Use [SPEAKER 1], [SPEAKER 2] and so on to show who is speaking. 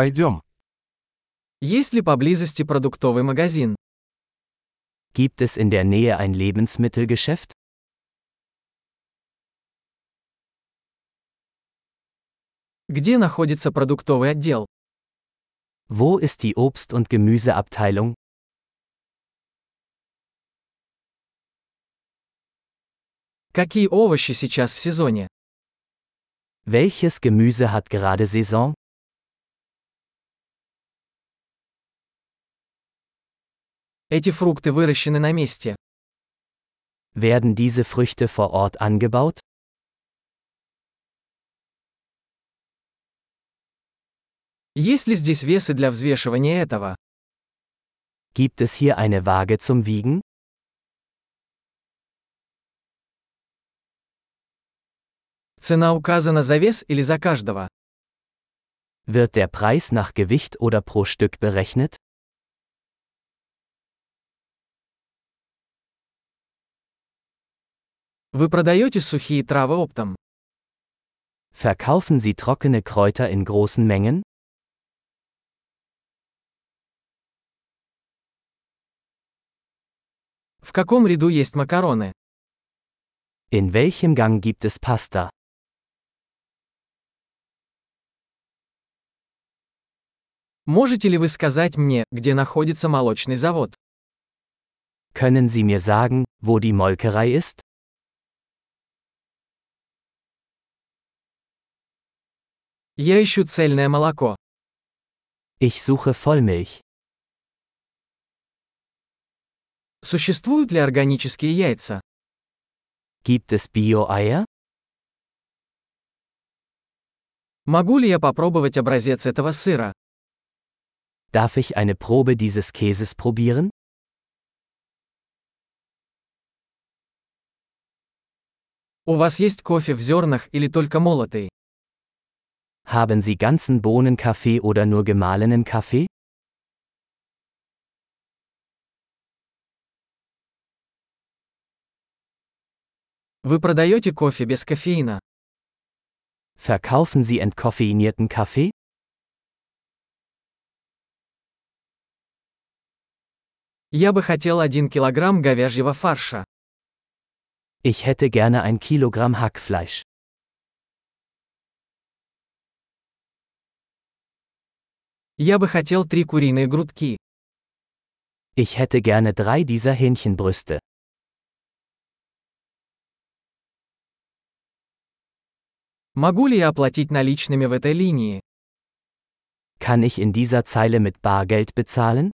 [SPEAKER 1] Пойдем.
[SPEAKER 2] Есть ли поблизости продуктовый магазин?
[SPEAKER 3] Gibt es in der Nähe ein Lebensmittelgeschäft?
[SPEAKER 2] Где находится продуктовый отдел?
[SPEAKER 3] Wo ist die Obst- und Gemüseabteilung?
[SPEAKER 2] Какие овощи сейчас в сезоне?
[SPEAKER 3] Welches Gemüse hat gerade Saison?
[SPEAKER 2] Эти фрукты выращены на месте.
[SPEAKER 3] Werden diese Früchte vor Ort angebaut?
[SPEAKER 2] Есть ли здесь весы для взвешивания этого?
[SPEAKER 3] Gibt es hier eine Waage zum Wiegen?
[SPEAKER 2] Цена указана за вес или за каждого?
[SPEAKER 3] Wird der Preis nach Gewicht oder pro Stück berechnet?
[SPEAKER 2] Вы продаете сухие травы оптом?
[SPEAKER 3] Verkaufen Sie trockene Kräuter in großen Mengen?
[SPEAKER 2] В каком ряду есть макароны?
[SPEAKER 3] In welchem Gang gibt es Pasta?
[SPEAKER 2] Можете ли вы сказать мне, где находится молочный завод?
[SPEAKER 3] Können Sie mir sagen, wo die Molkerei ist?
[SPEAKER 2] Я ищу цельное молоко.
[SPEAKER 3] Ich suche Vollmilch.
[SPEAKER 2] Существуют ли органические яйца?
[SPEAKER 3] Gibt es Bio-Eier?
[SPEAKER 2] Могу ли я попробовать образец этого сыра?
[SPEAKER 3] Darf ich eine Probe dieses Käses probieren?
[SPEAKER 2] У вас есть кофе в зернах или только молотый?
[SPEAKER 3] Haben Sie ganzen Bohnenkaffee oder nur gemahlenen Kaffee?
[SPEAKER 2] Вы продаете кофе без кофеина?
[SPEAKER 3] Verkaufen Sie entkoffeinierten Kaffee?
[SPEAKER 2] Я бы хотел 1 килограмм говяжьего фарша.
[SPEAKER 3] Ich hätte gerne ein Kilogramm Hackfleisch.
[SPEAKER 2] Я бы хотел 3 куриные грудки.
[SPEAKER 3] Ich hätte gerne drei dieser Hähnchenbrüste.
[SPEAKER 2] Могу ли я оплатить наличными в этой линии?
[SPEAKER 3] Kann ich in dieser Zeile mit Bargeld bezahlen?